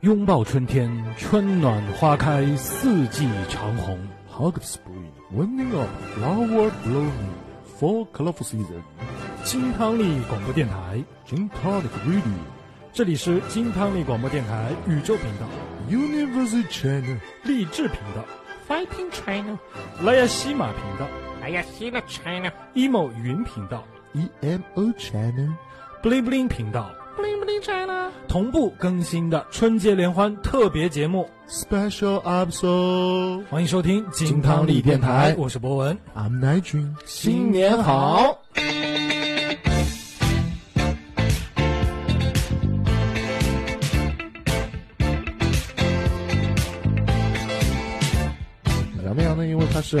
拥抱春天，春暖花开，四季长虹。 Hug of spring, warming up, flower blooming, fall colorful season. 金汤力广播电台， Gin tonic reading, 这里是金汤力广播电台宇宙频道、 Universal Channel. 励志频道、 Fighting China，拉亚西马频道、哎呀，西了 China， emo 云频道、 EMO E Channel， bling bling 频道，不灵不灵 China，同步更新的春节联欢特别节目。 Special episode。欢迎收听金汤力电台我是博文。 I'm Nigel，新年好！杨绵羊呢？因为他是